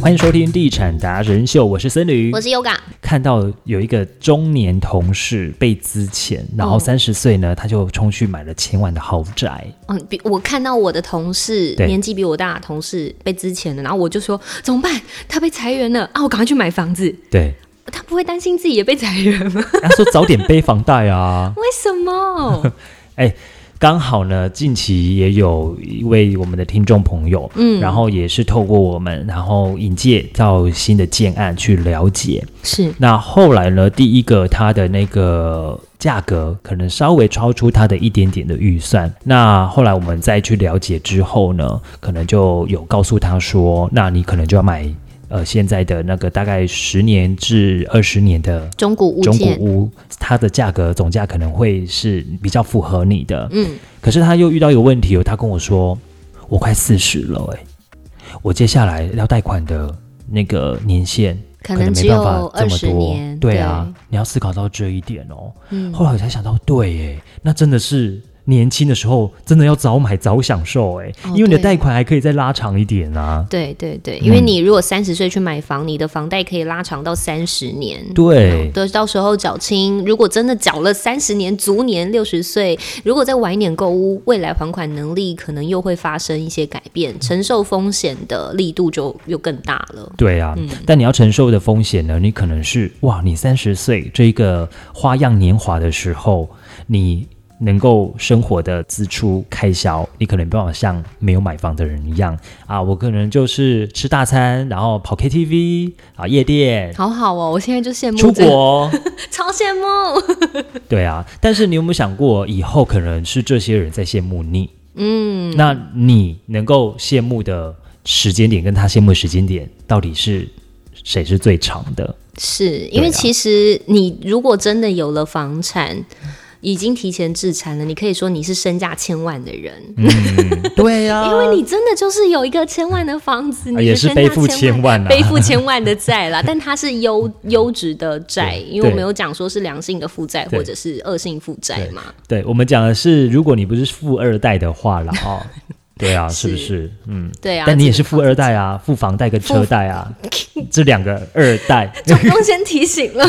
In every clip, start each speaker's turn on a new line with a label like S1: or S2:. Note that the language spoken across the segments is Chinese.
S1: 欢迎收听《地产达人秀》，我是森驴
S2: 我。是 Yoga，
S1: 看到有一个中年同事被资遣，然后
S2: 嗯
S1: 三十岁呢，他就冲去买了千万的豪宅。
S2: 嗯，比我看到我的同事
S1: 对
S2: 年纪比我大的同事被之前的，然后我就说怎么办？他被裁员了啊！我赶快去买房子。
S1: 对，
S2: 他不会担心自己也被裁员吗？
S1: 他说早点背房贷啊。
S2: 为什么？
S1: 刚好呢，近期也有一位我们的听众朋友，嗯，然后也是透过我们，然后引介到新的建案去了解。
S2: 是
S1: 那后来呢，第一个它的那个价格可能稍微超出它的一点点的预算。那后来我们再去了解之后呢，可能就有告诉他说，那你可能就要买呃现在的那个大概十年至二十年的
S2: 中古物
S1: 中古
S2: 件，
S1: 屋，它的价格总价可能会是比较符合你的。
S2: 嗯，
S1: 可是他又遇到一个问题哦，他跟我说，我快四十了、欸，我接下来要贷款的那个年限
S2: 可
S1: 能
S2: 能
S1: 没
S2: 只
S1: 办
S2: 有
S1: 法这
S2: 二
S1: 么
S2: 十
S1: 多
S2: 年。，
S1: 对啊，你要思考到这一点哦。
S2: 嗯
S1: 后来我才想到，对，耶，那真的是年轻的时候真的要早买早享受，哎、
S2: 哦
S1: 因为你的
S2: 对
S1: 贷款还可以再拉长一点啊。
S2: 对对对，因为
S1: 嗯
S2: 你如果三十岁去买房，你的房贷可以拉长到三十年。
S1: 对，
S2: 对，啊到时候缴清，如果真的缴了三十年，足年六十岁，如果再晚一点购屋，未来还款能力可能又会发生一些改变，承受风险的力度就又更大了。
S1: 对啊，但你要承受的风险呢？你可能是哇，你三十岁这一个花样年华的时候，你能够生活的支出开销，你可能没办法像没有买房的人一样啊。我可能就是吃大餐，然后跑 KTV 啊，夜店。
S2: 好好哦，我现在就羡慕
S1: 出
S2: 这个，
S1: 国，
S2: 超羡慕。
S1: 对啊，但是你有没有想过，以后可能是这些人在羡慕你？嗯，那你能够羡慕的时间点跟他羡慕的时间点，到底是谁是最长的？
S2: 是因
S1: 对
S2: 为
S1: 啊
S2: 其实你如果真的有了房产，已经提前置产了，你可以说你是身价千万的人。
S1: 对呀、
S2: 因为你真的就是有一个千万的房子，你
S1: 啊也
S2: 的
S1: 是
S2: 身
S1: 背
S2: 价
S1: 负千
S2: 千
S1: 万啊
S2: 背负千万的 债啦，但它是优优质的债，因为我
S1: 对
S2: 没有讲说是良性的负债
S1: 对
S2: 或者是恶性负债嘛。
S1: 对我们讲的是，如果你不是富二代的话 啦，哦，对啊，是不
S2: 是
S1: 是？嗯，
S2: 对啊，
S1: 但你也
S2: 这
S1: 是
S2: 个
S1: 富二代啊，富房贷跟车贷啊，这两个二 代，
S2: 房子，总共先提醒 了，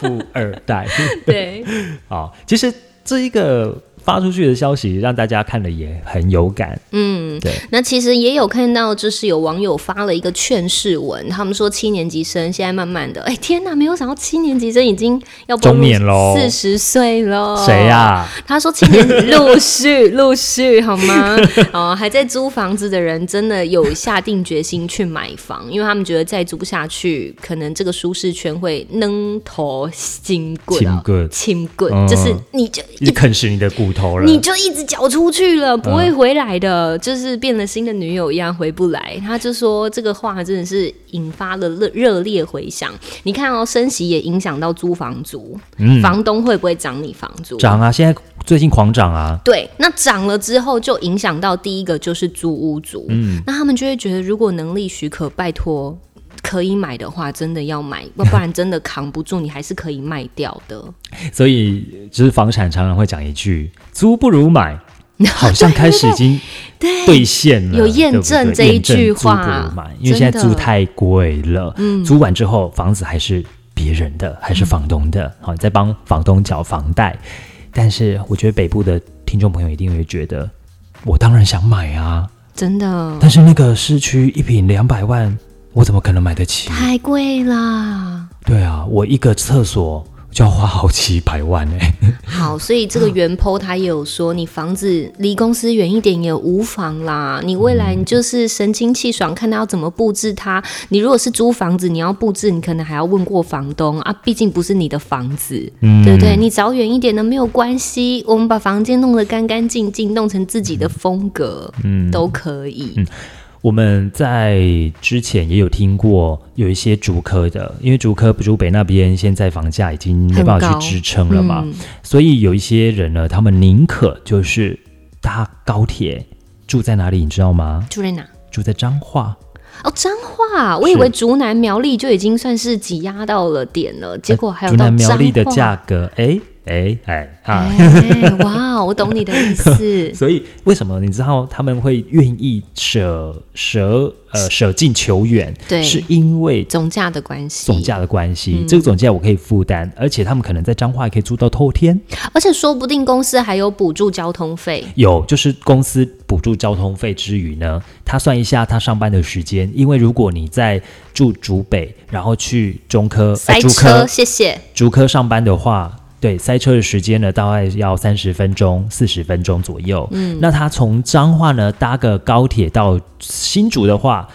S1: 富二代
S2: 对，
S1: 啊、其实这一个发出去的消息，让大家看了也很有感。
S2: 嗯，
S1: 对
S2: 那其实也有看到，就是有网友发了一个劝世文，他们说七年级生现在慢慢的，哎天哪，没有想到七年级生已经要步入
S1: 中年喽
S2: 四十岁喽，
S1: 谁啊呀、
S2: 他说：“青年陆续陆续 好吗？哦，还在租房子的人真的有下定决心去买房，因为他们觉得再租下去，可能这个舒适圈会扔头金棍
S1: 亲
S2: 啊，
S1: 棍
S2: 亲棍，
S1: 嗯
S2: 就是你就
S1: 一
S2: 一
S1: 直啃食你的骨头了。
S2: 你就一直缴出去了，不会回来的，
S1: 嗯
S2: 就是变了心的女友一样回不来。他就说这个话真的是引发了热热烈回响。你看哦，升息也影响到租房族，
S1: 嗯，
S2: 房东会不会涨你房租？
S1: 涨啊，现在最近狂涨啊。
S2: 对，那涨了之后就影响到第一个就是租屋族，嗯，那他们就会觉得如果能力许可，拜托。可以买的话，真的要买，要不然真的扛不住，你还是可以卖掉的。
S1: 所以，就是房产常常会讲一句“租不如买”，好像开始已 经兑现了，
S2: 有验证
S1: 对不对
S2: 这一句
S1: 验证租
S2: 话嗯
S1: 不如买，因为现
S2: 真
S1: 在
S2: 的
S1: 租太贵了，租完之后房子还是别人的，还是房东
S2: 嗯
S1: 的，好，你再帮房东缴房贷。但是，我觉得北部的听众朋友一定会觉得，我当然想买
S2: 嗯
S1: 啊，
S2: 真的
S1: 但是那个市区一平两百万，我怎么可能买得起？
S2: 太贵啦。
S1: 对啊，我一个厕所就要花好几百万哎、
S2: 好，所以
S1: 嗯
S2: 这个原 PO 他也有说，你房子离公司远一点也无妨啦。你未来你就是神清气爽，看他要怎么布置它。你如果是租房子，你要布置，你可能还要问过房东啊，毕竟不是你的房子。
S1: 嗯，
S2: 对不对？你找远一点的没有关系，我们把房间弄得干干净净，弄成自己的风格，嗯，都可以。
S1: 我们在之前也有听过有一些竹科的，因为竹科竹北那边现在房价已经没办
S2: 很
S1: 法
S2: 高
S1: 去支撑了嘛，
S2: 嗯
S1: 所以有一些人呢，他们宁可就是搭高铁住在哪里，你知道吗？
S2: 住在哪？
S1: 住在彰化，
S2: 哦，彰化，我以为竹南苗栗就已经算是挤压到了点了，结果还有
S1: 呃竹
S2: 到
S1: 南
S2: 彰
S1: 苗
S2: 化。
S1: 栗的价格，哎哎、哎哎啊，。
S2: 哎，哇，我懂你的意 思
S1: 所以为什么你知道他们会愿意舍舍呃舍近求远？
S2: 对
S1: 是因为
S2: 总价的关系，
S1: 总价的关系，
S2: 嗯
S1: 这个总价我可以负担，而且他们可能在彰化也可以住到透天，
S2: 而且说不定公司还有补助交通费。
S1: 有就是公司补助交通费之余呢，他算一下他上班的时间，因为如果你在住竹北，然后去中科、
S2: 塞
S1: 呃、竹
S2: 车，
S1: 科
S2: 谢谢。
S1: 竹科上班的话，对塞车的时间呢，大概要三十分钟、四十分钟左右。嗯，那他从彰化呢搭个高铁到新竹的话，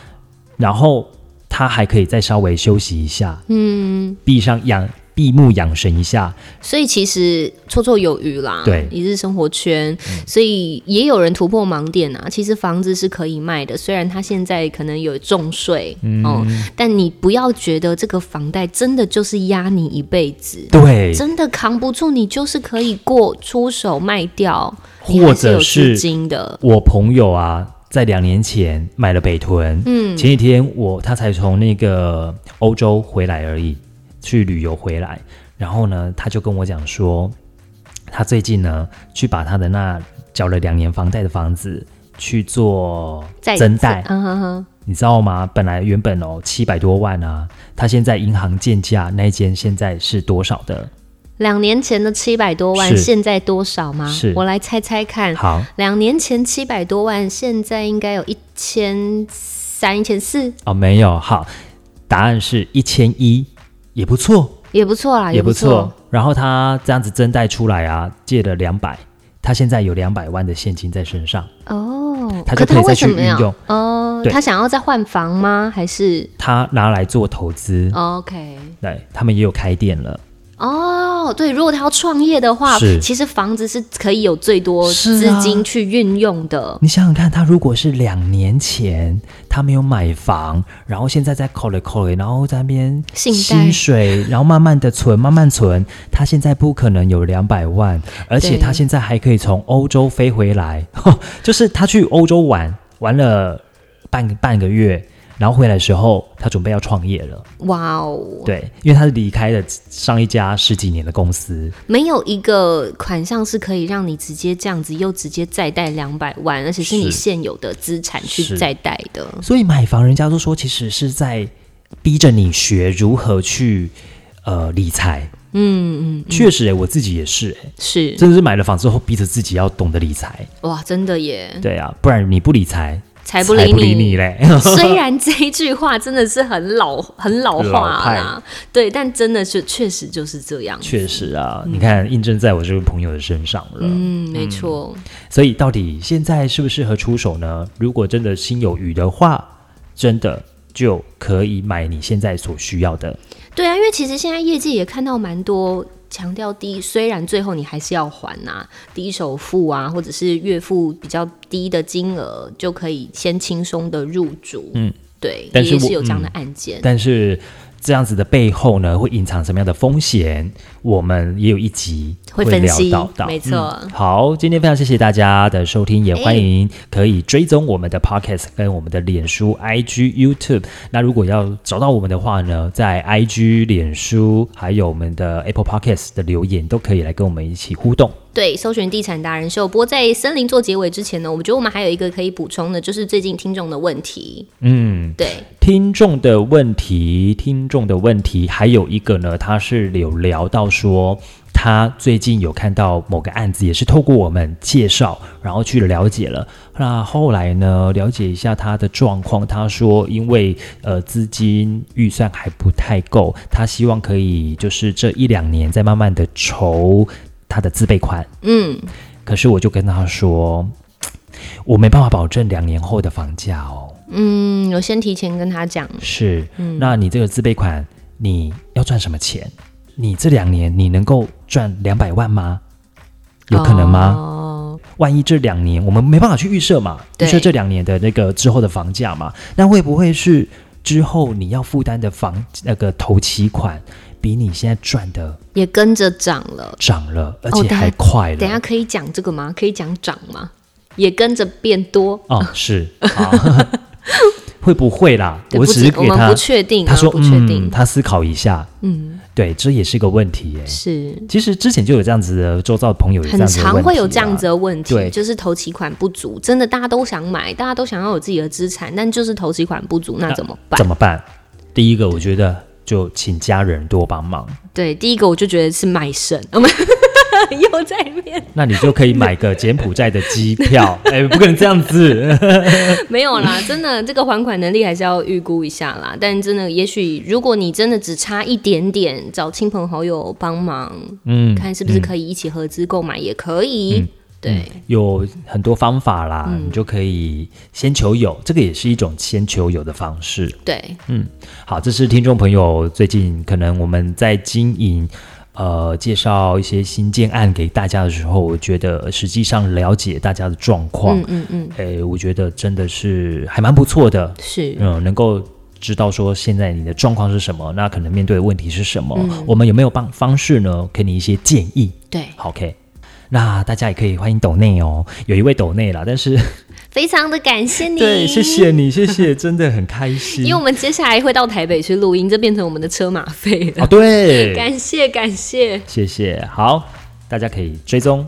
S1: 然后他还可以再稍微休息一下，
S2: 嗯，
S1: 闭上养闭目养神一下。
S2: 所以其实绰绰有余啦。
S1: 对嗯
S2: 一日生活圈，所以也有人突破盲点啊。其实房子是可以卖的，虽然它现在可能有重税，
S1: 嗯
S2: 哦，但你不要觉得这个房贷真的就是压你一辈子。
S1: 对，
S2: 真的扛不住，你就是可以过出手卖掉，
S1: 或者
S2: 你还是有资
S1: 是
S2: 金的，
S1: 我朋友啊，在两年前买了北屯，嗯，前几天我他才从那个欧洲回来而已，去旅游回来，然后呢，他就跟我讲说，他最近呢去把他的那缴了两年房贷的房子去做
S2: 再
S1: 增贷，
S2: 嗯哼哼，
S1: 你知道吗？本来原本哦七百多万啊，他现在银行建价那一间现在是多少的？
S2: 两年前的七百多万，
S1: 是
S2: 现在多少吗？
S1: 是
S2: 我来猜猜看。
S1: 好，
S2: 两年前七百多万，现在应该有一千三、一千四，
S1: 哦没有，好，答案是一千一，也不错。
S2: 啊也不错啦，
S1: 也
S2: 不
S1: 不
S2: 错
S1: 错。。然后他这样子增贷出来啊，借了两百，他现在有两百万的现金在身上，
S2: 哦，
S1: 他
S2: 可
S1: 就可以
S2: 他为
S1: 再去
S2: 什么
S1: 运
S2: 要
S1: 用？
S2: 哦，
S1: 对
S2: 他想要再换房吗？还是
S1: 他拿来做投资。
S2: 哦 OK？
S1: 对他们也有开店了，
S2: 哦，对，如果他要创业的话，
S1: 是
S2: 其实房子是可以有最多
S1: 是
S2: 资
S1: 啊
S2: 金去运用的。
S1: 你想想看，他如果是两年前他没有买房，然后现在在扣了扣了，然后在那边
S2: 信贷
S1: 薪水，然后慢慢的存，慢慢存，他现在不可能有两百万，而且
S2: 对
S1: 他现在还可以从欧洲飞回来， 就是他去欧洲玩玩了半个半个月，然后回来的时候，他准备要创业了，
S2: 哇哦，
S1: 对，因为他是离开了上一家十几年的公司，
S2: 没有一个款项是可以让你直接这样子又直接再贷两百万，而且是你
S1: 是
S2: 现有的资产去
S1: 是
S2: 再贷的。
S1: 所以买房，人家都说其实是在逼着你学如何去呃理财。
S2: 嗯嗯，
S1: 确实、欸，我自己也是、欸，
S2: 是
S1: 真的是买了房之后，逼着自己要懂得理财。
S2: 哇，真的耶，
S1: 对啊，不然你不理财，
S2: 才
S1: 不
S2: 嗯不理
S1: 不理 你嘞。
S2: 虽然这一句话真的是很老很老
S1: 老
S2: 话啦
S1: 派，
S2: 对，但真的是确实就是这样。
S1: 确实啊，你看印证在我这位朋友的身上了。
S2: 嗯，没错，
S1: 所以到底现在适不适合出手呢？如果真的心有余的话，真的就可以买你现在所需要的。
S2: 对啊，因为其实现在业界也看到蛮多强调低，虽然最后你还是要还呐、低首付啊，或者是月付比较低的金额就可以先轻松的入住。嗯，对，
S1: 但是
S2: 也
S1: 我嗯
S2: 是有这样的案件。
S1: 但是这样子的背后呢，会隐藏什么样的风险？我们也有一集
S2: 会分
S1: 聊
S2: 析
S1: 到到，嗯
S2: 没错
S1: 好，今天非常谢谢大家的收听，也欢迎可以追踪我们的 Podcast 跟我们的脸书、IG、YouTube。那如果要找到我们的话呢，在 IG、脸书还有我们的 Apple Podcast 的留言都可以来跟我们一起互动。
S2: 对，搜寻地产达人秀。不过在森林做结尾之前呢，我觉得我们还有一个可以补充的，就是最近听众的问题。
S1: 嗯，
S2: 对，
S1: 听众的问题，听众的问题，还有一个呢，他是有聊到说，他最近有看到某个案子，也是透过我们介绍，然后去了解了。那后来呢，了解一下他的状况，他说因为呃资金预算还不太够，他希望可以就是这一两年再慢慢的筹他的自备款。
S2: 嗯，
S1: 可是我就跟他说，我没办法保证两年后的房价哦。
S2: 嗯，我先提前跟他讲，
S1: 是，
S2: 嗯
S1: 那你这个自备款你要赚什么钱？你这两年你能够赚两百万吗？有可能吗？
S2: 哦，
S1: 万一这两年我们没办法去预设嘛，预
S2: 对
S1: 设这两年的那个之后的房价嘛，那会不会是之后你要负担的房那个头期款比你现在赚的
S2: 也跟着涨了。
S1: 涨了，而
S2: 哦
S1: 且
S2: 等
S1: 还
S2: 下
S1: 快
S2: 等一
S1: 了？
S2: 下可以讲这个吗？可以讲涨吗？也跟着变多。
S1: 哦，是，好 会不会啦？
S2: 对
S1: 我
S2: 不
S1: 只是
S2: 我
S1: 给
S2: 们
S1: 他
S2: 不，确定啊，
S1: 他说嗯
S2: 不确定
S1: 嗯，。他思考一下，
S2: 嗯，
S1: 对，这也是一个问题耶。
S2: 是
S1: 其实之前就有这样子的，周遭的朋友有这
S2: 很
S1: 样子的问题、啊，
S2: 常会有这样子的问题，
S1: 对
S2: 就是投期款不足，真的大家都想买，大家都想要有自己的资产，但就是投期款不足，那怎么办？
S1: 怎么办？第一个，我觉得就请家人多帮忙，
S2: 对，第一个我就觉得是卖肾， 我们又在那边
S1: 那你就可以买个柬埔寨的机 票。哎、不可能这样子。
S2: 没有啦，真的这个还款能力还是要预估一下啦。但真的，也许如果你真的只差一点点，找亲朋好友帮忙，
S1: 嗯，
S2: 看是不是可以一起合资购买，也可以。对，
S1: 有很多方法啦，你就可以先求有，这个也是一种先求有的方式。
S2: 对，
S1: 好，这是听众朋友最近可能我们在经营。呃，介绍一些新建案给大家的时候，我觉得实际上了解大家的状况
S2: 嗯，嗯嗯，
S1: 诶、我觉得真的是还蛮不错的，
S2: 是。
S1: 嗯，能够知道说现在你的状况是什么，那可能面对的问题是什么，
S2: 嗯
S1: 我们有没有帮方式呢？给你一些建议。
S2: 对，
S1: 好 OK，那大家也可以欢迎抖内哦，有一位抖内啦，但是
S2: 非常的感谢 你，
S1: 对，谢。谢你，谢谢，真的很开心。
S2: 因为我们接下来会到台北去录音，这变成我们的车马费了。
S1: 哦，对，
S2: 感谢感谢，
S1: 谢谢。好，大家可以追踪、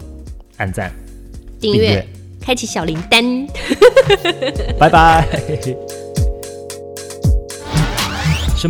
S1: 按赞，
S2: 订
S1: 订
S2: 阅
S1: 阅，
S2: 开启小铃铛。
S1: 拜拜。 什